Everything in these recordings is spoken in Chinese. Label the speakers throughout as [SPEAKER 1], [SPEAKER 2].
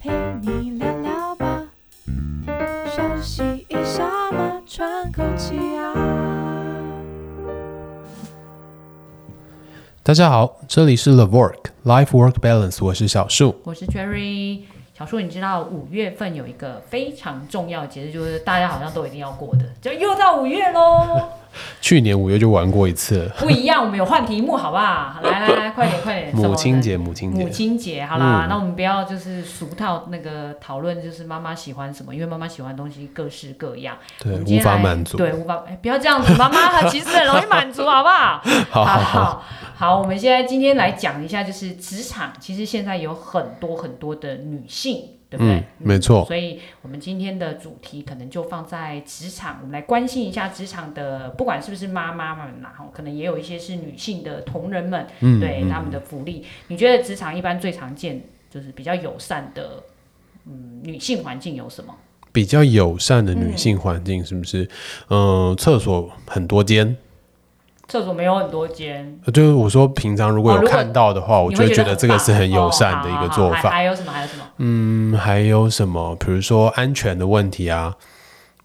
[SPEAKER 1] 陪你聊聊吧，休息一下嘛，喘口气啊。
[SPEAKER 2] 大家好，这里是 The Work Life Work Balance，我是小树。
[SPEAKER 3] 我是 Cherry。小树，你知道五月份有一个非常重要的节日，就是大家好像都一定要过的，就又到五 月喽。
[SPEAKER 2] 去年五月就玩过一次了
[SPEAKER 3] 不一样，我们有换题目，好不好？来来来，快点快点。
[SPEAKER 2] 母亲节，嗯母
[SPEAKER 3] 什
[SPEAKER 2] 亲
[SPEAKER 3] 么的。母
[SPEAKER 2] 节，
[SPEAKER 3] 亲节，好啦，那我们不要就是俗套那个讨论，就是妈妈喜欢什么，因为妈妈喜欢的东西各式各样，
[SPEAKER 2] 对
[SPEAKER 3] 我，们今
[SPEAKER 2] 无
[SPEAKER 3] 天
[SPEAKER 2] 法
[SPEAKER 3] 来
[SPEAKER 2] 满足。
[SPEAKER 3] 对，无法，哎，不要这样子，妈妈她其实很容易满足，好不好？
[SPEAKER 2] 好好
[SPEAKER 3] 好
[SPEAKER 2] 好，
[SPEAKER 3] 好我们现在今天来讲一下，就是职场，其实现在有很多很多的女性，对不对？
[SPEAKER 2] 嗯，没错，
[SPEAKER 3] 所以，我们今天的主题可能就放在职场，我们来关心一下职场的，不管是不是妈妈们啦，吼可能也有一些是女性的同仁们，
[SPEAKER 2] 嗯，
[SPEAKER 3] 对、
[SPEAKER 2] 嗯
[SPEAKER 3] 他们的福利。你觉得职场一般最常见就是比较友善的，嗯，女性环境有什么？
[SPEAKER 2] 比较友善的女性环境是不是？嗯，厕所很多间，
[SPEAKER 3] 厕所没有很多间，
[SPEAKER 2] 呃就是我说平常如果
[SPEAKER 3] 哦
[SPEAKER 2] 有
[SPEAKER 3] 如果
[SPEAKER 2] 看到的话，我
[SPEAKER 3] 你
[SPEAKER 2] 就会
[SPEAKER 3] 会
[SPEAKER 2] 觉得
[SPEAKER 3] 得很
[SPEAKER 2] 这个
[SPEAKER 3] 棒
[SPEAKER 2] 是很友
[SPEAKER 3] 哦
[SPEAKER 2] 善
[SPEAKER 3] 好
[SPEAKER 2] 的一
[SPEAKER 3] 好
[SPEAKER 2] 个
[SPEAKER 3] 好
[SPEAKER 2] 做
[SPEAKER 3] 还
[SPEAKER 2] 法。
[SPEAKER 3] 还有什么？还有什么？
[SPEAKER 2] 嗯，还有什么？比如说安全的问题啊，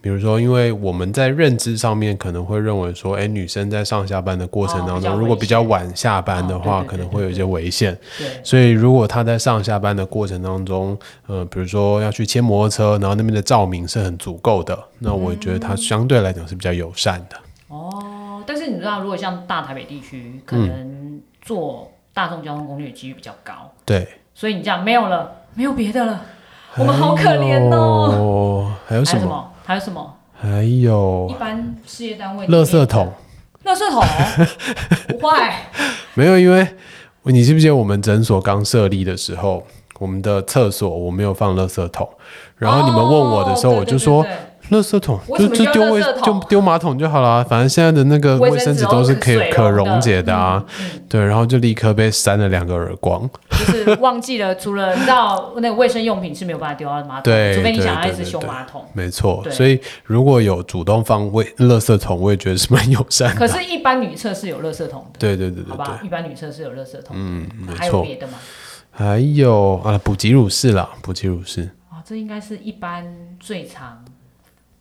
[SPEAKER 2] 比如说，因为我们在认知上面可能会认为说，哎，女生在上下班的过程
[SPEAKER 3] 哦
[SPEAKER 2] 当
[SPEAKER 3] 比较
[SPEAKER 2] 中，
[SPEAKER 3] 危
[SPEAKER 2] 如果比较
[SPEAKER 3] 险
[SPEAKER 2] 晚下班的
[SPEAKER 3] 哦
[SPEAKER 2] 话，
[SPEAKER 3] 对对
[SPEAKER 2] 可能
[SPEAKER 3] 对
[SPEAKER 2] 会
[SPEAKER 3] 对
[SPEAKER 2] 有一些
[SPEAKER 3] 对
[SPEAKER 2] 危险。
[SPEAKER 3] 对，
[SPEAKER 2] 所以，如果她在上下班的过程当中，呃，比如说要去牵摩托车，然后那边的照明是很足够的，那我觉得它相对来讲是比较友善的。
[SPEAKER 3] 哦，但是你知道，如果像大台北地区，可能坐大众交通工具的几率比较高，
[SPEAKER 2] 对，
[SPEAKER 3] 所以你这样没有了，没有别的了，我们好可怜哦。
[SPEAKER 2] 哦。还有
[SPEAKER 3] 还
[SPEAKER 2] 什
[SPEAKER 3] 有什
[SPEAKER 2] 么？
[SPEAKER 3] 么？还有什么？
[SPEAKER 2] 还
[SPEAKER 3] 一
[SPEAKER 2] 有
[SPEAKER 3] 般事业单位，
[SPEAKER 2] 垃圾，桶。
[SPEAKER 3] 垃圾 桶，不坏，
[SPEAKER 2] 没有，因为你记不记得我们诊所刚设立的时候，我们的厕所我没有放垃圾桶，然后你们问我的时候，
[SPEAKER 3] 哦
[SPEAKER 2] 我就说、
[SPEAKER 3] 对对对对
[SPEAKER 2] 垃圾桶
[SPEAKER 3] 为
[SPEAKER 2] 就
[SPEAKER 3] 什么
[SPEAKER 2] 就
[SPEAKER 3] 要
[SPEAKER 2] 丢
[SPEAKER 3] 垃圾
[SPEAKER 2] 就
[SPEAKER 3] 桶
[SPEAKER 2] 丢马桶就好啦，反正现在的那个卫
[SPEAKER 3] 卫
[SPEAKER 2] 生
[SPEAKER 3] 生
[SPEAKER 2] 纸
[SPEAKER 3] 纸
[SPEAKER 2] 都是可以
[SPEAKER 3] 都是
[SPEAKER 2] 可
[SPEAKER 3] 水溶的
[SPEAKER 2] 溶解的啊，对，然后就立刻被扇了两个耳光，
[SPEAKER 3] 嗯就是忘记了，除了你知道那个卫生用品是没有办法丢到马桶，
[SPEAKER 2] 对
[SPEAKER 3] 除非你
[SPEAKER 2] 对
[SPEAKER 3] 想要
[SPEAKER 2] 对
[SPEAKER 3] 一直
[SPEAKER 2] 对
[SPEAKER 3] 修
[SPEAKER 2] 对
[SPEAKER 3] 马桶。
[SPEAKER 2] 没错，
[SPEAKER 3] 对
[SPEAKER 2] 所以如果有主动放卫垃圾桶，我也觉得是蛮友善
[SPEAKER 3] 可
[SPEAKER 2] 的，
[SPEAKER 3] 是，一般女厕是有垃圾桶 的，
[SPEAKER 2] 对对对
[SPEAKER 3] 好
[SPEAKER 2] 对对
[SPEAKER 3] 吧，？一般女厕是有垃圾桶的。
[SPEAKER 2] 嗯，没
[SPEAKER 3] 还有
[SPEAKER 2] 错，
[SPEAKER 3] 别的吗？
[SPEAKER 2] 还有啊，补给乳室啦，补给乳室，
[SPEAKER 3] 啊，这应该是一般最常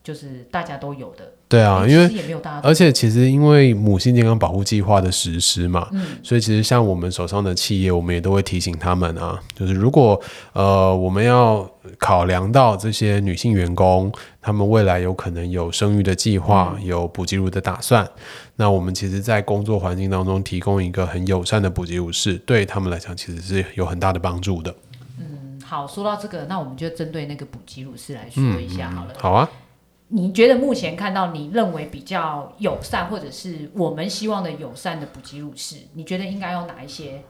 [SPEAKER 3] 就是大家都有的
[SPEAKER 2] 对啊，
[SPEAKER 3] 诶
[SPEAKER 2] 因为
[SPEAKER 3] 其实也没有大家
[SPEAKER 2] 而且其实因为母性健康保护计划的实施嘛，
[SPEAKER 3] 嗯
[SPEAKER 2] 所以其实像我们手上的企业，我们也都会提醒他们啊，就是如果呃我们要考量到这些女性员工，她们未来有可能有生育的计划，
[SPEAKER 3] 嗯
[SPEAKER 2] 有补给乳的打算，那我们其实，在工作环境当中提供一个很友善的补给乳室，对他们来讲其实是有很大的帮助的。
[SPEAKER 3] 嗯好，说到这个，那我们就针对那个补给乳师来说一下好了。
[SPEAKER 2] 好啊，
[SPEAKER 3] 你觉得目前看到你认为比较友善，或者是我们希望的友善的补给乳师，你觉得应该有哪一些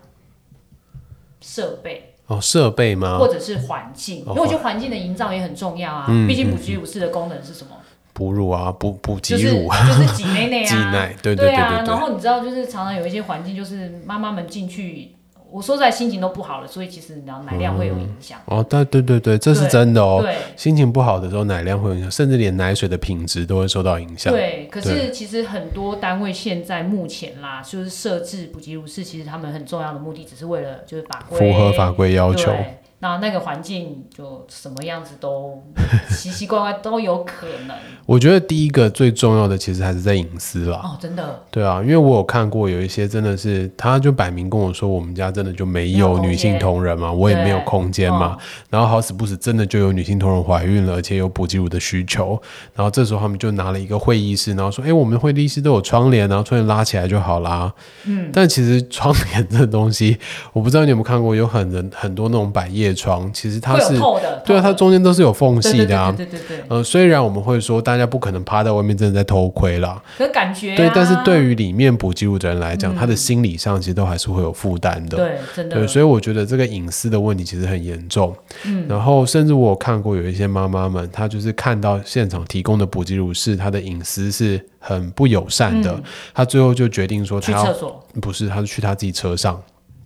[SPEAKER 3] 设备，
[SPEAKER 2] 哦，设备吗？
[SPEAKER 3] 或者是环境？
[SPEAKER 2] 哦嗯
[SPEAKER 3] 因为我觉得环境的营造也很重要啊，毕竟补给乳室的功能是什么？
[SPEAKER 2] 哺乳啊，补补给
[SPEAKER 3] 就是
[SPEAKER 2] 乳啊，
[SPEAKER 3] 就是挤奶 奶
[SPEAKER 2] 挤
[SPEAKER 3] 啊，
[SPEAKER 2] 奶，对对对对
[SPEAKER 3] 啊，
[SPEAKER 2] 对。
[SPEAKER 3] 然后你知道，就是常常有一些环境，就是妈妈们进去，我说实在心情都不好了，所以其实你知道奶量会有影响。
[SPEAKER 2] 哦，对对对对，这是
[SPEAKER 3] 对
[SPEAKER 2] 真的哦。
[SPEAKER 3] 对
[SPEAKER 2] 心情不好的时候，奶量会有影响，甚至连奶水的品质都会受到影响。
[SPEAKER 3] 对，可是其实很多单位现在目前啦，就是设置补给乳室，其实他们很重要的目的只是为了就是法规
[SPEAKER 2] 符合法规要求，
[SPEAKER 3] 对那那个环境就什么样子都奇奇怪怪都有可 能
[SPEAKER 2] 我觉得第一个最重要的其实还是在隐私啦。
[SPEAKER 3] 哦，真的
[SPEAKER 2] 对啊，因为我有看过有一些真的是，他就摆明跟我说，我们家真的就没有女性同仁嘛，我也没有空间
[SPEAKER 3] 啊
[SPEAKER 2] 嘛。然后好死不死，真的就有女性同仁怀孕了，而且有补给乳的需求。然后这时候他们就拿了一个会议室，然后说：“哎，我们会议室都有窗帘，然后窗帘拉起来就好啦。”嗯，但其实窗帘这东西，我不知道你有没有看过，有很人很多那种百叶窗，其实它
[SPEAKER 3] 会
[SPEAKER 2] 是
[SPEAKER 3] 有透的，
[SPEAKER 2] 对啊，它
[SPEAKER 3] 透的
[SPEAKER 2] 中间都是有缝
[SPEAKER 3] 对
[SPEAKER 2] 隙的啊。
[SPEAKER 3] 对对对对对对，
[SPEAKER 2] 呃，虽然我们会说大家不可能趴在外面真的在偷窥啦，
[SPEAKER 3] 可感觉啊嗯
[SPEAKER 2] 对，但是对于里面补给乳的人来讲，他的心理上其实都还是会有负担的。
[SPEAKER 3] 对真的
[SPEAKER 2] 对，所以我觉得这个隐私的问题其实很严重。嗯，然后甚至我有看过有一些妈妈们，她就是看到现场提供的补给乳是她的隐私是很不友善的，她最后就决定说她
[SPEAKER 3] 嗯去厕
[SPEAKER 2] 要
[SPEAKER 3] 所
[SPEAKER 2] 不是，她是去她自己车上，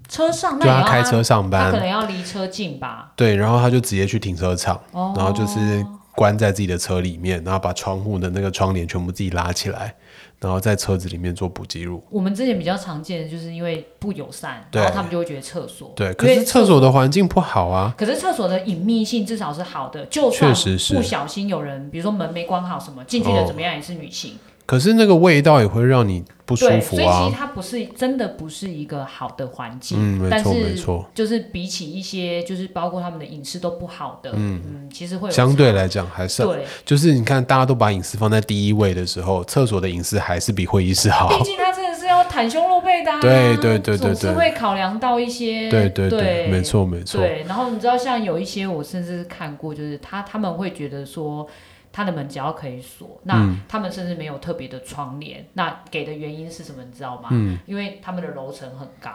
[SPEAKER 3] 车上那
[SPEAKER 2] 就
[SPEAKER 3] 也
[SPEAKER 2] 她
[SPEAKER 3] 要
[SPEAKER 2] 开车上
[SPEAKER 3] 他可
[SPEAKER 2] 班，
[SPEAKER 3] 能要离车近吧。
[SPEAKER 2] 对，然后她就直接去停车场，
[SPEAKER 3] 哦，
[SPEAKER 2] 然后就是关在自己的车里面，然后把窗户的那个窗帘全部自己拉起来，然后在车子里面做补给乳。
[SPEAKER 3] 我们之前比较常见的就是因为不友善，
[SPEAKER 2] 对
[SPEAKER 3] 然后他们就会觉得厕所
[SPEAKER 2] 对，
[SPEAKER 3] 因
[SPEAKER 2] 可
[SPEAKER 3] 为
[SPEAKER 2] 是厕所的环境不好啊，
[SPEAKER 3] 可是厕所的隐秘性至少是好的，就
[SPEAKER 2] 确
[SPEAKER 3] 算
[SPEAKER 2] 实是哦
[SPEAKER 3] 不小心有人，比如说门没关好什么，进去的怎么样也是女性，
[SPEAKER 2] 可是那个味道也会让你不舒
[SPEAKER 3] 对，
[SPEAKER 2] 服
[SPEAKER 3] 所以其
[SPEAKER 2] 啊
[SPEAKER 3] 实。它不是真的不是一个好的环境，
[SPEAKER 2] 嗯，没
[SPEAKER 3] 但
[SPEAKER 2] 错
[SPEAKER 3] 是
[SPEAKER 2] 没错，
[SPEAKER 3] 就是比起一些就是包括他们的饮食都不好的，嗯其实会有
[SPEAKER 2] 相对来讲还是
[SPEAKER 3] 对，
[SPEAKER 2] 就是你看大家都把隐私放在第一位的时候，厕所的隐私还是比会议室好。
[SPEAKER 3] 毕竟他真的是要袒胸露背的、啊，
[SPEAKER 2] 对对对对
[SPEAKER 3] 总是
[SPEAKER 2] 对
[SPEAKER 3] 会考量到一些，
[SPEAKER 2] 对
[SPEAKER 3] 对
[SPEAKER 2] 对对，没。错没错。
[SPEAKER 3] 对，然后你知道，像有一些我甚至是看过，就是他他们会觉得说，他的门只要可以锁，那
[SPEAKER 2] 嗯
[SPEAKER 3] 他们甚至没有特别的窗帘，那给的原因是什么？你知道吗？
[SPEAKER 2] 嗯
[SPEAKER 3] 因为他们的楼层很高，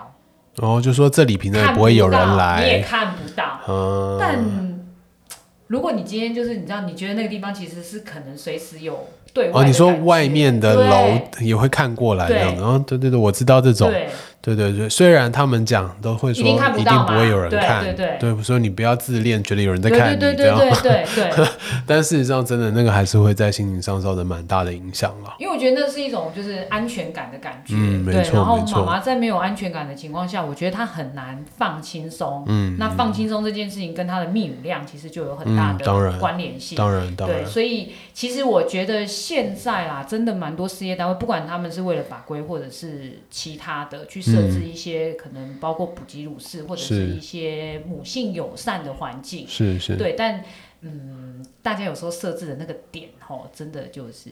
[SPEAKER 2] 然后就说这里平常也
[SPEAKER 3] 看
[SPEAKER 2] 不会有人
[SPEAKER 3] 到你也
[SPEAKER 2] 来，
[SPEAKER 3] 看不到。
[SPEAKER 2] 嗯，
[SPEAKER 3] 但如果你今天就是你知道，你觉得那个地方其实是可能随时有对外
[SPEAKER 2] 哦，你
[SPEAKER 3] 的
[SPEAKER 2] 说
[SPEAKER 3] 感觉
[SPEAKER 2] 外面的楼也会看过来这
[SPEAKER 3] 对
[SPEAKER 2] 样子，然后哦对对对，我知道这种，
[SPEAKER 3] 对
[SPEAKER 2] 对对对，虽然他们讲都会说
[SPEAKER 3] 一定看不
[SPEAKER 2] 一
[SPEAKER 3] 到
[SPEAKER 2] 定
[SPEAKER 3] 嘛
[SPEAKER 2] 不会有人
[SPEAKER 3] 对
[SPEAKER 2] 看，
[SPEAKER 3] 对对
[SPEAKER 2] 对，所以你不要自恋，觉得有人在
[SPEAKER 3] 对
[SPEAKER 2] 看
[SPEAKER 3] 对
[SPEAKER 2] 你
[SPEAKER 3] 对
[SPEAKER 2] 这
[SPEAKER 3] 对
[SPEAKER 2] 样，
[SPEAKER 3] 对对对。
[SPEAKER 2] 但事实上真的那个还是会在心灵上造成蛮大的影响了。
[SPEAKER 3] 因为我觉得那是一种就是安全感的感觉，
[SPEAKER 2] 嗯没
[SPEAKER 3] 对。
[SPEAKER 2] 错
[SPEAKER 3] 然后
[SPEAKER 2] 没
[SPEAKER 3] 妈
[SPEAKER 2] 错
[SPEAKER 3] 妈在没有安全感的情况下，我觉得她很难放轻松。嗯，那放轻松这件事情跟她的泌乳量其实就有很大
[SPEAKER 2] 嗯当
[SPEAKER 3] 的
[SPEAKER 2] 然
[SPEAKER 3] 关联性。
[SPEAKER 2] 当然，当
[SPEAKER 3] 对，
[SPEAKER 2] 然，
[SPEAKER 3] 所以其实我觉得现在啦，真的蛮多事业单位，不管他们是为了法规或者是其他的，去设置一些、可能包括补给乳室或者是
[SPEAKER 2] 嗯是
[SPEAKER 3] 一些母性友善的环境。
[SPEAKER 2] 是是，
[SPEAKER 3] 对，但嗯，大家有时候设置的那个点哦，真的就是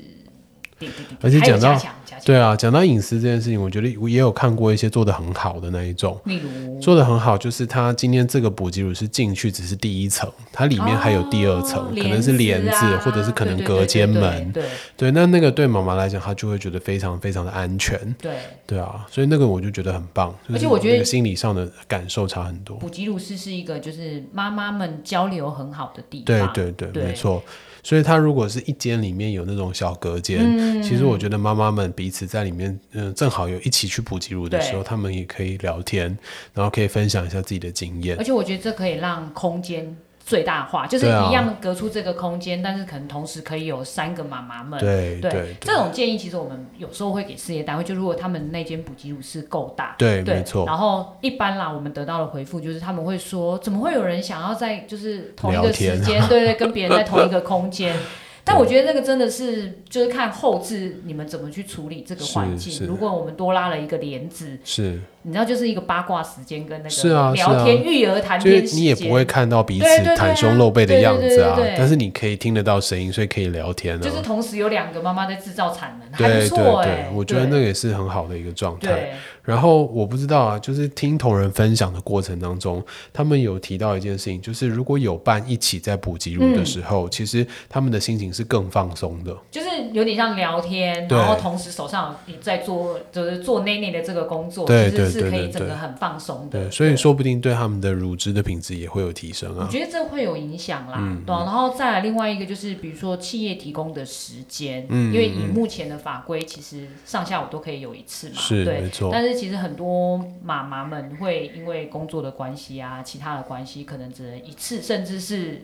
[SPEAKER 3] 点点点，
[SPEAKER 2] 而且
[SPEAKER 3] 还有
[SPEAKER 2] 讲到
[SPEAKER 3] 加强加强，
[SPEAKER 2] 对啊，讲到隐私这件事情，我觉得我也有看过一些做的很好的那一种。
[SPEAKER 3] 例如
[SPEAKER 2] 做的很好，就是它今天这个补给乳是进去只是第一层，它里面还有第二层，
[SPEAKER 3] 哦
[SPEAKER 2] 可能是帘
[SPEAKER 3] 子
[SPEAKER 2] 子，
[SPEAKER 3] 啊，
[SPEAKER 2] 或者是可能
[SPEAKER 3] 对对
[SPEAKER 2] 隔间门。
[SPEAKER 3] 对对
[SPEAKER 2] 对，那那个对妈妈来讲，她就会觉得非常非常的安全。
[SPEAKER 3] 对对。
[SPEAKER 2] 对啊，所以那个我就觉得很棒，就是
[SPEAKER 3] 而且我觉得
[SPEAKER 2] 那个心理上的感受差很多。
[SPEAKER 3] 补给乳室是一个就是妈妈们交流很好的地
[SPEAKER 2] 对
[SPEAKER 3] 方，
[SPEAKER 2] 对对，
[SPEAKER 3] 对
[SPEAKER 2] 没错。所以它如果是一间里面有那种小隔间，
[SPEAKER 3] 嗯
[SPEAKER 2] 其实我觉得妈妈们彼此在里面，嗯、正好有一起去补给乳的时候，她们也可以聊天，然后可以分享一下自己的经验
[SPEAKER 3] 而。且我觉得这可以让空间最大化，就是
[SPEAKER 2] 对啊
[SPEAKER 3] 一样隔出这个空间，但是可能同时可以有三个妈妈们。
[SPEAKER 2] 对
[SPEAKER 3] 对
[SPEAKER 2] 对
[SPEAKER 3] 这种建议其实我们有时候会给事业单位，就如果他们那间补给乳室够大，
[SPEAKER 2] 对没错
[SPEAKER 3] 然后一般啦，我们得到的回复就是他们会说，怎么会有人想要在就是同一个
[SPEAKER 2] 聊
[SPEAKER 3] 时
[SPEAKER 2] 天
[SPEAKER 3] 间，对对，跟别人在同一个空间。 但我觉得那个真的是，就是看后置你们怎么去处理这个环
[SPEAKER 2] 是
[SPEAKER 3] 境。
[SPEAKER 2] 是
[SPEAKER 3] 如果我们多拉了一个帘子，
[SPEAKER 2] 是，
[SPEAKER 3] 你知道，就是一个八卦时间跟那
[SPEAKER 2] 是
[SPEAKER 3] 个
[SPEAKER 2] 啊是啊
[SPEAKER 3] 聊天、育儿、谈
[SPEAKER 2] 就是
[SPEAKER 3] 天时间，
[SPEAKER 2] 你也不会看到彼此
[SPEAKER 3] 对对对啊
[SPEAKER 2] 袒胸露背的样子啊
[SPEAKER 3] 对对对对对，
[SPEAKER 2] 但是你可以听得到声音，所以可以聊天啊。
[SPEAKER 3] 就是同时有两个妈妈在制造产能，还
[SPEAKER 2] 对
[SPEAKER 3] 不
[SPEAKER 2] 对
[SPEAKER 3] 错哎、
[SPEAKER 2] 对，我觉得那个也是很好的一个状态。
[SPEAKER 3] 对
[SPEAKER 2] 然后我不知道啊，就是听同仁分享的过程当中，他们有提到一件事情，就是如果有伴一起在补给
[SPEAKER 3] 嗯
[SPEAKER 2] 乳的时候，其实他们的心情是更放松的。
[SPEAKER 3] 就是有点像聊天，
[SPEAKER 2] 对
[SPEAKER 3] 然后同时手上也在做，就是做内内的这个工作，
[SPEAKER 2] 对
[SPEAKER 3] 其实是
[SPEAKER 2] 对对
[SPEAKER 3] 可以
[SPEAKER 2] 对
[SPEAKER 3] 整个
[SPEAKER 2] 对
[SPEAKER 3] 很放松的。
[SPEAKER 2] 对，所以说不定对他们的乳汁的品质也会有提升
[SPEAKER 3] 我
[SPEAKER 2] 啊。
[SPEAKER 3] 觉得这会有影响啦，
[SPEAKER 2] 嗯
[SPEAKER 3] 对啊、然后再来另外一个就是，比如说企业提供的时间，
[SPEAKER 2] 嗯
[SPEAKER 3] 因为以目前的法规，其实上下午都可以有一次嘛，
[SPEAKER 2] 是
[SPEAKER 3] 对。
[SPEAKER 2] 没错，
[SPEAKER 3] 但是其实很多妈妈们会因为工作的关系啊，其他的关系，可能只能一次，甚至是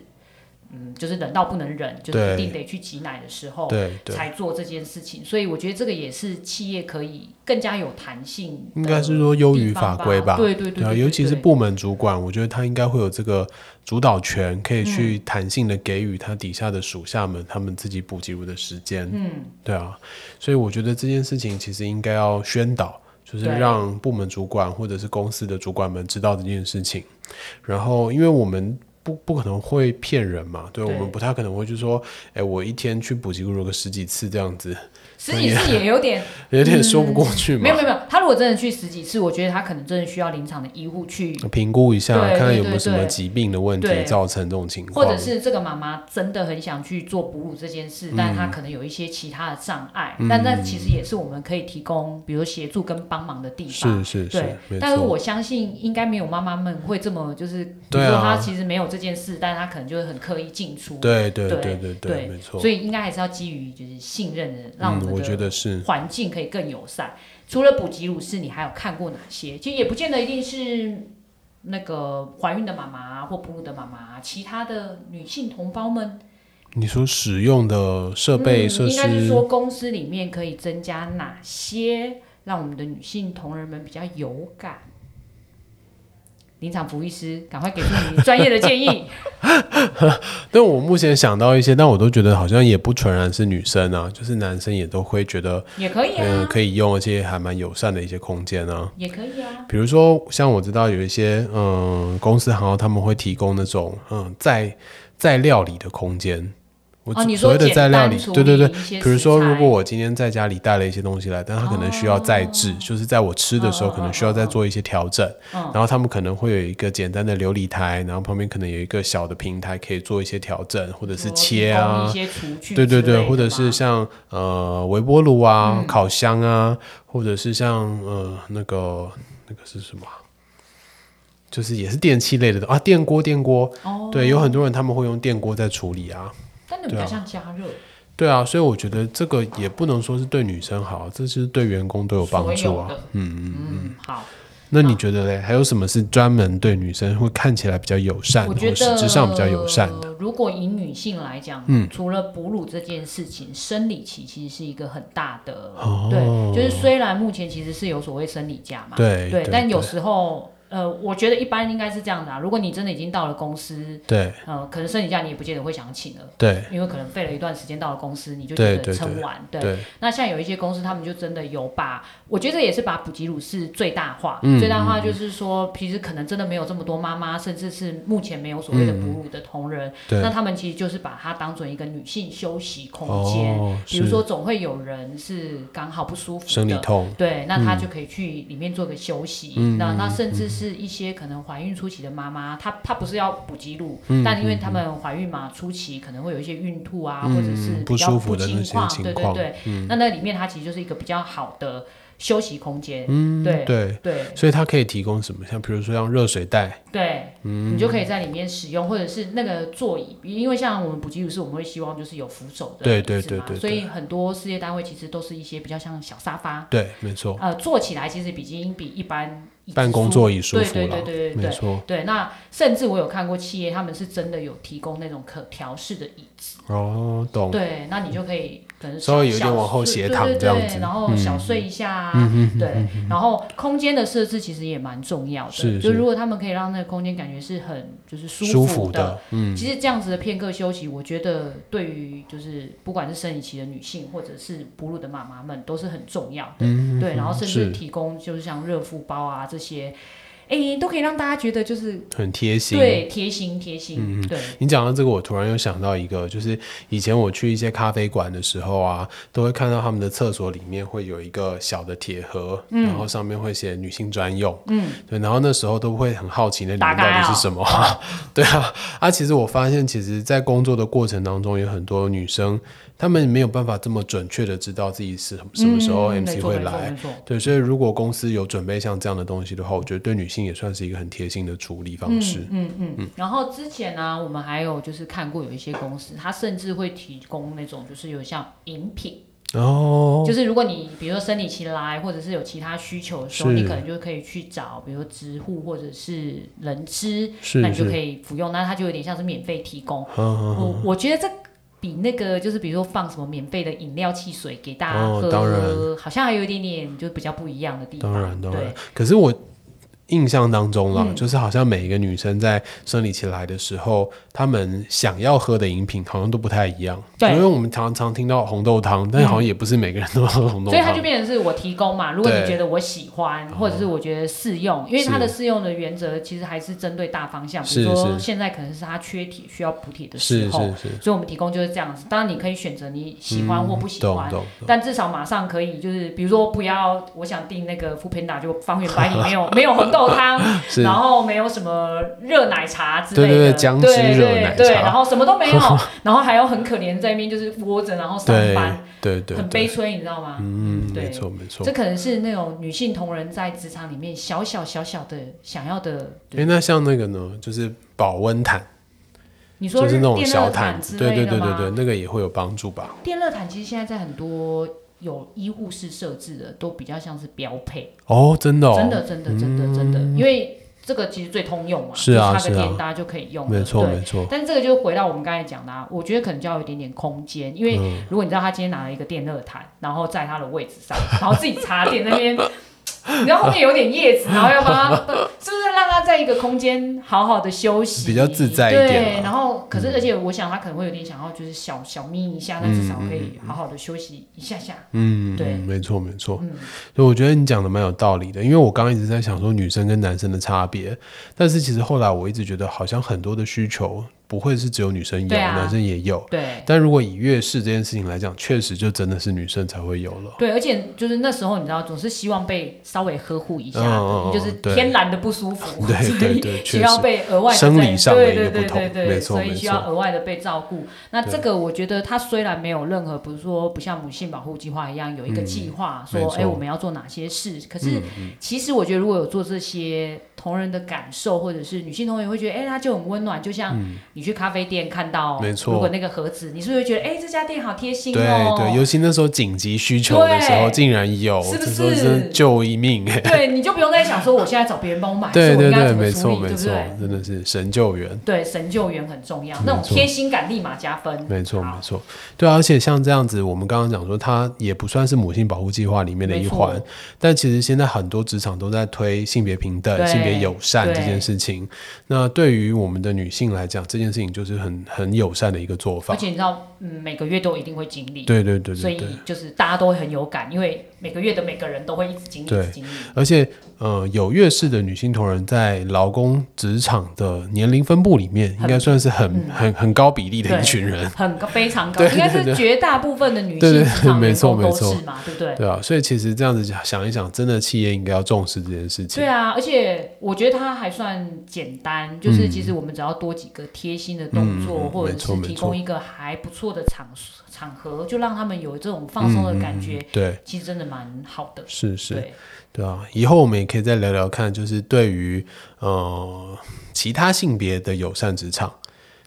[SPEAKER 3] 嗯，就是忍到不能忍，就是一
[SPEAKER 2] 对
[SPEAKER 3] 定得去挤奶的时候
[SPEAKER 2] 对对，
[SPEAKER 3] 才做这件事情。所以我觉得这个也是企业可以更加有弹性的地方吧，
[SPEAKER 2] 应该是说优于法规吧
[SPEAKER 3] 对对对
[SPEAKER 2] 对啊，
[SPEAKER 3] 对
[SPEAKER 2] 尤其是
[SPEAKER 3] 对
[SPEAKER 2] 部门主管，我觉得他应该会有这个主导权，可以去弹性的给予他底下的属下们他们自己补给入的时间。
[SPEAKER 3] 嗯，
[SPEAKER 2] 对啊，所以我觉得这件事情其实应该要宣导，就是
[SPEAKER 3] 对
[SPEAKER 2] 让部门主管或者是公司的主管们知道这件事情。然后，因为我们不不可能会骗人嘛，对
[SPEAKER 3] 对
[SPEAKER 2] 我们不太可能会就说，哎，我一天去补习入个十几次这样子，
[SPEAKER 3] 十几次也有 点
[SPEAKER 2] 有点说不过去嘛
[SPEAKER 3] 嗯没有。没有没有，他如果真的去十几次，我觉得他可能真的需要临场的医护去，
[SPEAKER 2] 评估一下，
[SPEAKER 3] 对对
[SPEAKER 2] 看看有没有什
[SPEAKER 3] 对
[SPEAKER 2] 么
[SPEAKER 3] 对
[SPEAKER 2] 疾病的问题
[SPEAKER 3] 对
[SPEAKER 2] 造成这种情况，
[SPEAKER 3] 或者是这个妈妈真的很想去做哺乳这件事，
[SPEAKER 2] 嗯
[SPEAKER 3] 但她可能有一些其他的障碍，但那其实也是我们可以提供，比如协助跟帮忙的地方。
[SPEAKER 2] 是是
[SPEAKER 3] 对
[SPEAKER 2] 是，没
[SPEAKER 3] 但是
[SPEAKER 2] 错，
[SPEAKER 3] 我相信应该没有妈妈们会这么就是，比如
[SPEAKER 2] 对啊
[SPEAKER 3] 说她其实没有这件事，但是她可能就会很刻意进出。
[SPEAKER 2] 对对
[SPEAKER 3] 对
[SPEAKER 2] 对对
[SPEAKER 3] 对
[SPEAKER 2] 没错
[SPEAKER 3] 所。以应该还是要基于就是信任的，让我
[SPEAKER 2] 嗯，
[SPEAKER 3] 们
[SPEAKER 2] 我觉
[SPEAKER 3] 的
[SPEAKER 2] 得是，
[SPEAKER 3] 环境可以更友善。除了补给乳室，你还有看过哪些？其实也不见得一定是那个怀孕的妈妈啊或哺乳的妈妈啊，其他的女性同胞们
[SPEAKER 2] 你说使用的设备
[SPEAKER 3] 嗯
[SPEAKER 2] 设
[SPEAKER 3] 应该是说
[SPEAKER 2] 施，
[SPEAKER 3] 公司里面可以增加哪些让我们的女性同仁们比较有感？临场服务医师，赶快给出你专业的建议。
[SPEAKER 2] 但我目前想到一些，但我都觉得好像也不纯然是女生啊，就是男生也都会觉得，
[SPEAKER 3] 也可 以
[SPEAKER 2] 嗯、
[SPEAKER 3] 啊，
[SPEAKER 2] 可以用，而且还蛮友善的一些空间啊。
[SPEAKER 3] 也可以啊，
[SPEAKER 2] 比如说，像我知道有一些嗯公司行号，他们会提供那种嗯在在料理的空间。我
[SPEAKER 3] 哦你
[SPEAKER 2] 所
[SPEAKER 3] 说
[SPEAKER 2] 谓的在料理，
[SPEAKER 3] 简单
[SPEAKER 2] 对对对
[SPEAKER 3] 处理一些，
[SPEAKER 2] 比如说，
[SPEAKER 3] 食材
[SPEAKER 2] 如果我今天在家里带了一些东西来，但他可能需要再制，就是在我吃的时候
[SPEAKER 3] 嗯嗯
[SPEAKER 2] 可能需要再做一些调整，
[SPEAKER 3] 哦嗯
[SPEAKER 2] 然后他们可能会有一个简单的琉璃台，然后旁边可能有一个小的平台可以做一些调整，或者是
[SPEAKER 3] 说
[SPEAKER 2] 切
[SPEAKER 3] 哦提供
[SPEAKER 2] 啊
[SPEAKER 3] 一，些厨具之
[SPEAKER 2] 对
[SPEAKER 3] 类的
[SPEAKER 2] 对
[SPEAKER 3] 吗，
[SPEAKER 2] 对，或者是像呃微波炉啊、烤箱啊，或者是像呃那个那个是什么啊？就是也是电器类的东啊，电锅电锅，
[SPEAKER 3] 哦，
[SPEAKER 2] 对，有很多人他们会用电锅在处理啊，
[SPEAKER 3] 但那比较
[SPEAKER 2] 对啊
[SPEAKER 3] 像加热，
[SPEAKER 2] 对啊，所以我觉得这个也不能说是对女生好，这是对员工都有帮助啊
[SPEAKER 3] 所有。的，嗯嗯嗯，好。
[SPEAKER 2] 那你觉得嘞？还有什么是专门对女生会看起来比较友善，
[SPEAKER 3] 我
[SPEAKER 2] 或
[SPEAKER 3] 觉得
[SPEAKER 2] 实质上比较友善的？嗯
[SPEAKER 3] 如果以女性来讲，除了哺乳这件事情，生理期其实是一个很大的，
[SPEAKER 2] 哦
[SPEAKER 3] 对，就是虽然目前其实是有所谓生理假嘛，
[SPEAKER 2] 对
[SPEAKER 3] 对，
[SPEAKER 2] 对
[SPEAKER 3] 但有时候。呃，我觉得一般应该是这样的啊。如果你真的已经到了公司，
[SPEAKER 2] 对
[SPEAKER 3] 呃，可能生理假你也不见得会想请了，
[SPEAKER 2] 对
[SPEAKER 3] 因为可能费了一段时间到了公司，你就
[SPEAKER 2] 对
[SPEAKER 3] 觉得
[SPEAKER 2] 对
[SPEAKER 3] 撑完。对
[SPEAKER 2] 对
[SPEAKER 3] 那像有一些公司，他们就真的有把，我觉得这也是把补给乳是最大化，
[SPEAKER 2] 嗯
[SPEAKER 3] 最大化就是说，其实可能真的没有这么多妈妈，甚至是目前没有所谓的哺乳的同仁，那
[SPEAKER 2] 嗯对，
[SPEAKER 3] 他们其实就是把它当成一个女性休息空间。
[SPEAKER 2] 哦，
[SPEAKER 3] 比如
[SPEAKER 2] 是
[SPEAKER 3] 说，总会有人是刚好不舒服的，
[SPEAKER 2] 生理痛，
[SPEAKER 3] 对，那
[SPEAKER 2] 嗯
[SPEAKER 3] 她就可以去里面做个休息。那那甚至是一些可能怀孕初期的妈妈，她她不是要补给乳，
[SPEAKER 2] 嗯
[SPEAKER 3] 但因为她们怀孕嘛，初期可能会有一些孕吐啊，或者是
[SPEAKER 2] 嗯
[SPEAKER 3] 比较
[SPEAKER 2] 不舒服的
[SPEAKER 3] 经
[SPEAKER 2] 那些
[SPEAKER 3] 况，
[SPEAKER 2] 情
[SPEAKER 3] 对对
[SPEAKER 2] 况嗯
[SPEAKER 3] 对。那那里面它其实就是一个比较好的休息空间。嗯，对
[SPEAKER 2] 对，
[SPEAKER 3] 对
[SPEAKER 2] 所以它可以提供什么？像比如说像热水袋，
[SPEAKER 3] 对，
[SPEAKER 2] 嗯
[SPEAKER 3] 你就可以在里面使用，或者是那个座椅，因为像我们补给乳是我们会希望就是有扶手的
[SPEAKER 2] 对
[SPEAKER 3] 椅子
[SPEAKER 2] 对对
[SPEAKER 3] 嘛
[SPEAKER 2] 对对
[SPEAKER 3] 所以很多事业单位其实都是一些比较像小沙发，
[SPEAKER 2] 对，没错，
[SPEAKER 3] 呃，坐起来其实已经比一般椅子
[SPEAKER 2] 办公
[SPEAKER 3] 舒
[SPEAKER 2] 座椅舒服
[SPEAKER 3] 对
[SPEAKER 2] 了
[SPEAKER 3] 对，对对对
[SPEAKER 2] 没
[SPEAKER 3] 对。
[SPEAKER 2] 错。
[SPEAKER 3] 对，那甚至我有看过企业，他们是真的有提供那种可调式的椅子，
[SPEAKER 2] 哦，懂。
[SPEAKER 3] 对，那你就可以可能
[SPEAKER 2] 稍微有一
[SPEAKER 3] 小
[SPEAKER 2] 点往后
[SPEAKER 3] 睡
[SPEAKER 2] 斜
[SPEAKER 3] 对
[SPEAKER 2] 躺
[SPEAKER 3] 对
[SPEAKER 2] 这样
[SPEAKER 3] 对
[SPEAKER 2] 子嗯
[SPEAKER 3] 然后小睡一下啊，对，然后空间的设置其实也蛮重要的，
[SPEAKER 2] 是
[SPEAKER 3] 就是如果他们可以让那个空间感觉是很就是舒
[SPEAKER 2] 舒
[SPEAKER 3] 服
[SPEAKER 2] 服的，嗯，
[SPEAKER 3] 其实这样子的片刻休息，我觉得对于就是不管是生理期的女性，或者是哺乳的妈妈们，都是很重要的。
[SPEAKER 2] 嗯
[SPEAKER 3] 对，然后甚至
[SPEAKER 2] 是
[SPEAKER 3] 提供就是像热敷包啊这些，哎、都可以让大家觉得就是
[SPEAKER 2] 很贴心。
[SPEAKER 3] 对贴心贴
[SPEAKER 2] 嗯
[SPEAKER 3] 心，对，
[SPEAKER 2] 你讲到这个，我突然又想到一个，就是以前我去一些咖啡馆的时候啊，都会看到他们的厕所里面会有一个小的铁盒，
[SPEAKER 3] 嗯
[SPEAKER 2] 然后上面会写“女性专用”。嗯，对，然后那时候都会很好奇那里
[SPEAKER 3] 打
[SPEAKER 2] 面到
[SPEAKER 3] 开啊
[SPEAKER 2] 底是什么。 对啊，啊，其实我发现，其实，在工作的过程当中，有很多女生她们没有办法这么准确的知道自己是什么时候
[SPEAKER 3] 嗯
[SPEAKER 2] MC
[SPEAKER 3] 没错
[SPEAKER 2] 会
[SPEAKER 3] 没错
[SPEAKER 2] 来。
[SPEAKER 3] 没错
[SPEAKER 2] 对，所以如果公司有准备像这样的东西的话，我觉得对女性也算是一个很贴心的处理方式。
[SPEAKER 3] 嗯嗯嗯。然后之前呢、我们还有就是看过有一些公司，它甚至会提供那种就是有像饮品。
[SPEAKER 2] 哦，
[SPEAKER 3] 就是如果你比如说生理期来，或者是有其他需求的时候，
[SPEAKER 2] 是
[SPEAKER 3] 你可能就可以去找，比如说植护或者是人吃，
[SPEAKER 2] 是
[SPEAKER 3] 嗯那你就是可以服用，那它就有点像是免费提供。
[SPEAKER 2] 嗯嗯
[SPEAKER 3] 我我觉得这比那个就是比如说放什么免费的饮料、汽水给大家
[SPEAKER 2] 哦
[SPEAKER 3] 喝，
[SPEAKER 2] 当然
[SPEAKER 3] 好像还有一点点就比较不一样的地方。
[SPEAKER 2] 当然，当然
[SPEAKER 3] 对。
[SPEAKER 2] 可是我印象当中啦，
[SPEAKER 3] 嗯
[SPEAKER 2] 就是好像每一个女生在生理期来的时候，她们想要喝的饮品好像都不太一样。
[SPEAKER 3] 对嗯
[SPEAKER 2] 因为我们常常听到红豆汤，但好像也不是每个人都喝红豆
[SPEAKER 3] 所以它就
[SPEAKER 2] 汤。
[SPEAKER 3] 变成是我提供嘛，如果你
[SPEAKER 2] 对
[SPEAKER 3] 觉得我喜欢，或者是我觉得适用，因为它的适用的原则其实还是针对大方向，比如
[SPEAKER 2] 是
[SPEAKER 3] 说
[SPEAKER 2] 是
[SPEAKER 3] 现在可能是它缺铁需要补铁的时
[SPEAKER 2] 是
[SPEAKER 3] 候，
[SPEAKER 2] 是是，嗯
[SPEAKER 3] 所以我们提供就是这样子。当然你可以选择你喜欢或不喜
[SPEAKER 2] 懂
[SPEAKER 3] 欢，
[SPEAKER 2] 懂。
[SPEAKER 3] 但至少马上可以就是，比如说不要，我想订那个 f o o p a n d a 就方圆百里 没有没有红豆汤，
[SPEAKER 2] 是
[SPEAKER 3] 然后没有什么热奶茶之类的，
[SPEAKER 2] 对对对姜汁
[SPEAKER 3] 对
[SPEAKER 2] 热奶茶
[SPEAKER 3] 对对，然后什么 都没有，然后还有很可怜在那边就是窝着，然后上
[SPEAKER 2] 对
[SPEAKER 3] 班，
[SPEAKER 2] 对对
[SPEAKER 3] 很悲
[SPEAKER 2] 对，
[SPEAKER 3] 催，你知道吗？
[SPEAKER 2] 嗯，
[SPEAKER 3] 对
[SPEAKER 2] 没错没错
[SPEAKER 3] 这。可能是那种女性同仁在职场里面小小小小的想要的，
[SPEAKER 2] 哎，那像那个呢，就是保温毯，
[SPEAKER 3] 你说
[SPEAKER 2] 就是那种
[SPEAKER 3] 电
[SPEAKER 2] 小
[SPEAKER 3] 热毯之
[SPEAKER 2] 子，对
[SPEAKER 3] 类
[SPEAKER 2] 对
[SPEAKER 3] 的
[SPEAKER 2] 对对
[SPEAKER 3] 吗
[SPEAKER 2] 对，那个也会有帮助吧？
[SPEAKER 3] 电热毯其实现在在很多有医护室设置的都比较像是标配，
[SPEAKER 2] 哦，真的哦，嗯
[SPEAKER 3] 真的真的真的真的，因为这个其实最通用嘛，
[SPEAKER 2] 是啊
[SPEAKER 3] 就插个
[SPEAKER 2] 是啊
[SPEAKER 3] 电大家就可以用了，
[SPEAKER 2] 没错
[SPEAKER 3] 对
[SPEAKER 2] 没错，
[SPEAKER 3] 但是这个就回到我们刚才讲的、啊，我觉得可能就要有一点点空间，因为
[SPEAKER 2] 嗯
[SPEAKER 3] 如果你知道他今天拿了一个电热毯，然后在他的位置上， 然后自己插电那边，你知道后面有点叶子，然后要帮他，是不是让他在一个空间好好的休息，
[SPEAKER 2] 比较自在一点啊
[SPEAKER 3] 对，然后可是而且我想他可能会有点想要就是小小眯一下，那至少可以好好的休息一下下。
[SPEAKER 2] 嗯，
[SPEAKER 3] 对
[SPEAKER 2] 嗯没错没错。
[SPEAKER 3] 嗯，
[SPEAKER 2] 所以我觉得你讲的蛮有道理的，因为我刚刚一直在想说女生跟男生的差别，但是其实后来我一直觉得好像很多的需求不会是只有女生有，
[SPEAKER 3] 对啊
[SPEAKER 2] 男生也有。
[SPEAKER 3] 对。
[SPEAKER 2] 但如果以月事这件事情来讲，确实就真的是女生才会有了。
[SPEAKER 3] 对，而且就是那时候，你知道，总是希望被稍微呵护一下，
[SPEAKER 2] 嗯嗯嗯
[SPEAKER 3] 就是
[SPEAKER 2] 对
[SPEAKER 3] 天然的不舒服，
[SPEAKER 2] 对
[SPEAKER 3] 所
[SPEAKER 2] 对
[SPEAKER 3] 以
[SPEAKER 2] 对确
[SPEAKER 3] 需要
[SPEAKER 2] 实
[SPEAKER 3] 被额外的
[SPEAKER 2] 生理
[SPEAKER 3] 在
[SPEAKER 2] 上的一个
[SPEAKER 3] 对对
[SPEAKER 2] 不同
[SPEAKER 3] 对对
[SPEAKER 2] 没
[SPEAKER 3] 对，
[SPEAKER 2] 错
[SPEAKER 3] 所
[SPEAKER 2] 没
[SPEAKER 3] 以需
[SPEAKER 2] 错
[SPEAKER 3] 要额外的被照顾。那
[SPEAKER 2] 对
[SPEAKER 3] 这个我觉得，它虽然没有任何，比如说不像母性保护计划一样有一个计划，
[SPEAKER 2] 嗯没
[SPEAKER 3] 说
[SPEAKER 2] 错嗯
[SPEAKER 3] 哎我们要做哪些事，可是其实我觉得如果有做这些同人的感受，或者是女性同学会觉得哎她就很温暖，就像你去咖啡店看到，
[SPEAKER 2] 嗯没错
[SPEAKER 3] 如果那个盒子，你是不是会觉得哎这家店好贴心
[SPEAKER 2] 对
[SPEAKER 3] 哦？
[SPEAKER 2] 对，尤其那时候紧急需求的时候，
[SPEAKER 3] 对
[SPEAKER 2] 竟然有，
[SPEAKER 3] 是不
[SPEAKER 2] 这时候
[SPEAKER 3] 是
[SPEAKER 2] 真的救一命 哎、
[SPEAKER 3] 对，你就不用再想说我现在找别人帮我买，
[SPEAKER 2] 对
[SPEAKER 3] 所以
[SPEAKER 2] 对
[SPEAKER 3] 我应该
[SPEAKER 2] 对，
[SPEAKER 3] 怎么
[SPEAKER 2] 没
[SPEAKER 3] 处
[SPEAKER 2] 错
[SPEAKER 3] 理，
[SPEAKER 2] 没
[SPEAKER 3] 对不
[SPEAKER 2] 错
[SPEAKER 3] 对？，
[SPEAKER 2] 真的是神救援。
[SPEAKER 3] 对，神救援很重要，
[SPEAKER 2] 没
[SPEAKER 3] 那种
[SPEAKER 2] 错
[SPEAKER 3] 贴心感立马加分。
[SPEAKER 2] 没错，没
[SPEAKER 3] 好
[SPEAKER 2] 错，对啊，而且像这样子，我们刚刚讲说，它也不算是母性保护计划里面的一环
[SPEAKER 3] 没，
[SPEAKER 2] 但其实现在很多职场都在推性别平等、
[SPEAKER 3] 对
[SPEAKER 2] 性别友善
[SPEAKER 3] 对
[SPEAKER 2] 这件事情。那对于我们的女性来讲，这件事情就是很很友善的一个做
[SPEAKER 3] 而
[SPEAKER 2] 法。
[SPEAKER 3] 且你知道，嗯，每个月都一定会经历，
[SPEAKER 2] 对对对
[SPEAKER 3] 所
[SPEAKER 2] 对对
[SPEAKER 3] 以。就是大家都会很有感，因为每个月的每个人都会一直经历，
[SPEAKER 2] 对
[SPEAKER 3] 一直经历。
[SPEAKER 2] 而且，呃，有月事的女性同仁在劳工职场的年龄分布里面，应该算是很、很很高比例的
[SPEAKER 3] 嗯对
[SPEAKER 2] 一群人。
[SPEAKER 3] 很高非常高，
[SPEAKER 2] 对对
[SPEAKER 3] 应该
[SPEAKER 2] 对
[SPEAKER 3] 是绝大部分的女
[SPEAKER 2] 对对
[SPEAKER 3] 性职场
[SPEAKER 2] 没
[SPEAKER 3] 员
[SPEAKER 2] 错
[SPEAKER 3] 工都
[SPEAKER 2] 没错
[SPEAKER 3] 是嘛，对不对？
[SPEAKER 2] 对啊，所以其实这样子想一想，真的企业应该要重视这件事情。
[SPEAKER 3] 对啊，而且我觉得它还算简单，就是其实我们只要多几个贴心的动
[SPEAKER 2] 嗯
[SPEAKER 3] 作，
[SPEAKER 2] 嗯嗯嗯
[SPEAKER 3] 或者
[SPEAKER 2] 没错
[SPEAKER 3] 是
[SPEAKER 2] 没
[SPEAKER 3] 提
[SPEAKER 2] 错
[SPEAKER 3] 供一个还不错的场所场合，就让他们有这种放松的
[SPEAKER 2] 嗯
[SPEAKER 3] 感觉，
[SPEAKER 2] 对，
[SPEAKER 3] 其实真的蛮好的。
[SPEAKER 2] 是是。
[SPEAKER 3] 对，
[SPEAKER 2] 对啊，以后我们也可以再聊聊看，就是对于呃其他性别的友善职场，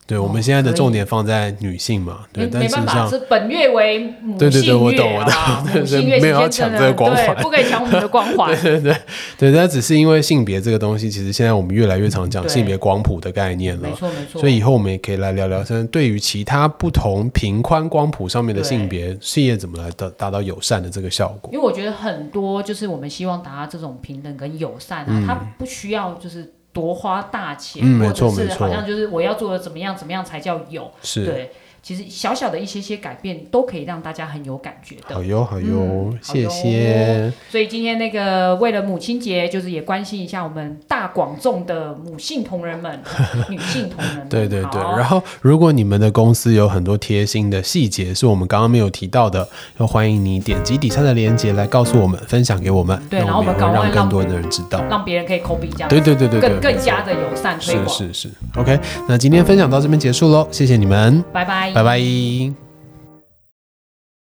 [SPEAKER 2] 对、
[SPEAKER 3] 哦
[SPEAKER 2] 我们现在的
[SPEAKER 3] 可以
[SPEAKER 2] 重点放在女性嘛，对，
[SPEAKER 3] 没
[SPEAKER 2] 但
[SPEAKER 3] 没
[SPEAKER 2] 事实
[SPEAKER 3] 办法，
[SPEAKER 2] 上
[SPEAKER 3] 是本月为母
[SPEAKER 2] 对对
[SPEAKER 3] 性
[SPEAKER 2] 对
[SPEAKER 3] 月，
[SPEAKER 2] 我懂我懂
[SPEAKER 3] 好不好
[SPEAKER 2] 对
[SPEAKER 3] 母性月
[SPEAKER 2] 没有要
[SPEAKER 3] 期间
[SPEAKER 2] 抢
[SPEAKER 3] 真
[SPEAKER 2] 这个
[SPEAKER 3] 的
[SPEAKER 2] 光环
[SPEAKER 3] 啊对，不可以抢我们的光环。
[SPEAKER 2] 对，但只是因为性别这个东西，其实现在我们越来越常讲
[SPEAKER 3] 对
[SPEAKER 2] 性别光谱的概念
[SPEAKER 3] 没
[SPEAKER 2] 了。
[SPEAKER 3] 错没错，
[SPEAKER 2] 所以以后我们也可以来聊聊，像对于其他不同平宽光谱上面的
[SPEAKER 3] 对
[SPEAKER 2] 性别，事业怎么来达达到友善的这个效果？
[SPEAKER 3] 因为我觉得很多就是我们希望达到这种平等跟友善啊，它不需要就是多花大钱，
[SPEAKER 2] 嗯没
[SPEAKER 3] 或
[SPEAKER 2] 错
[SPEAKER 3] 者
[SPEAKER 2] 没
[SPEAKER 3] 是
[SPEAKER 2] 错
[SPEAKER 3] 好像就是我要做的怎么样怎么样才叫有，
[SPEAKER 2] 是，
[SPEAKER 3] 对。其实小小的一些些改变都可以让大家很有感觉
[SPEAKER 2] 好
[SPEAKER 3] 的，
[SPEAKER 2] 哟好哟，
[SPEAKER 3] 嗯好
[SPEAKER 2] 谢
[SPEAKER 3] 哟
[SPEAKER 2] 谢，
[SPEAKER 3] 所以今天那个为了母亲节，就是也关心一下我们大广众的母性同仁 们、女性同仁们。
[SPEAKER 2] 对对对，
[SPEAKER 3] 好
[SPEAKER 2] 然后如果你们的公司有很多贴心的细节是我们刚刚没有提到的，又欢迎你点击底下的链接来告诉我们，分享给我们，
[SPEAKER 3] 对
[SPEAKER 2] 那
[SPEAKER 3] 然后
[SPEAKER 2] 我们也
[SPEAKER 3] 我
[SPEAKER 2] 会
[SPEAKER 3] 们赶快
[SPEAKER 2] 让更
[SPEAKER 3] 让
[SPEAKER 2] 多的人知道。
[SPEAKER 3] 让别人可以 copy 这样，
[SPEAKER 2] 对对对对对，
[SPEAKER 3] 更
[SPEAKER 2] 没
[SPEAKER 3] 更
[SPEAKER 2] 错
[SPEAKER 3] 加的友善推
[SPEAKER 2] 是
[SPEAKER 3] 广。嗯
[SPEAKER 2] 是是，OK，那今天分享到这边结束喽，谢谢你们，
[SPEAKER 3] 拜拜，
[SPEAKER 2] 拜拜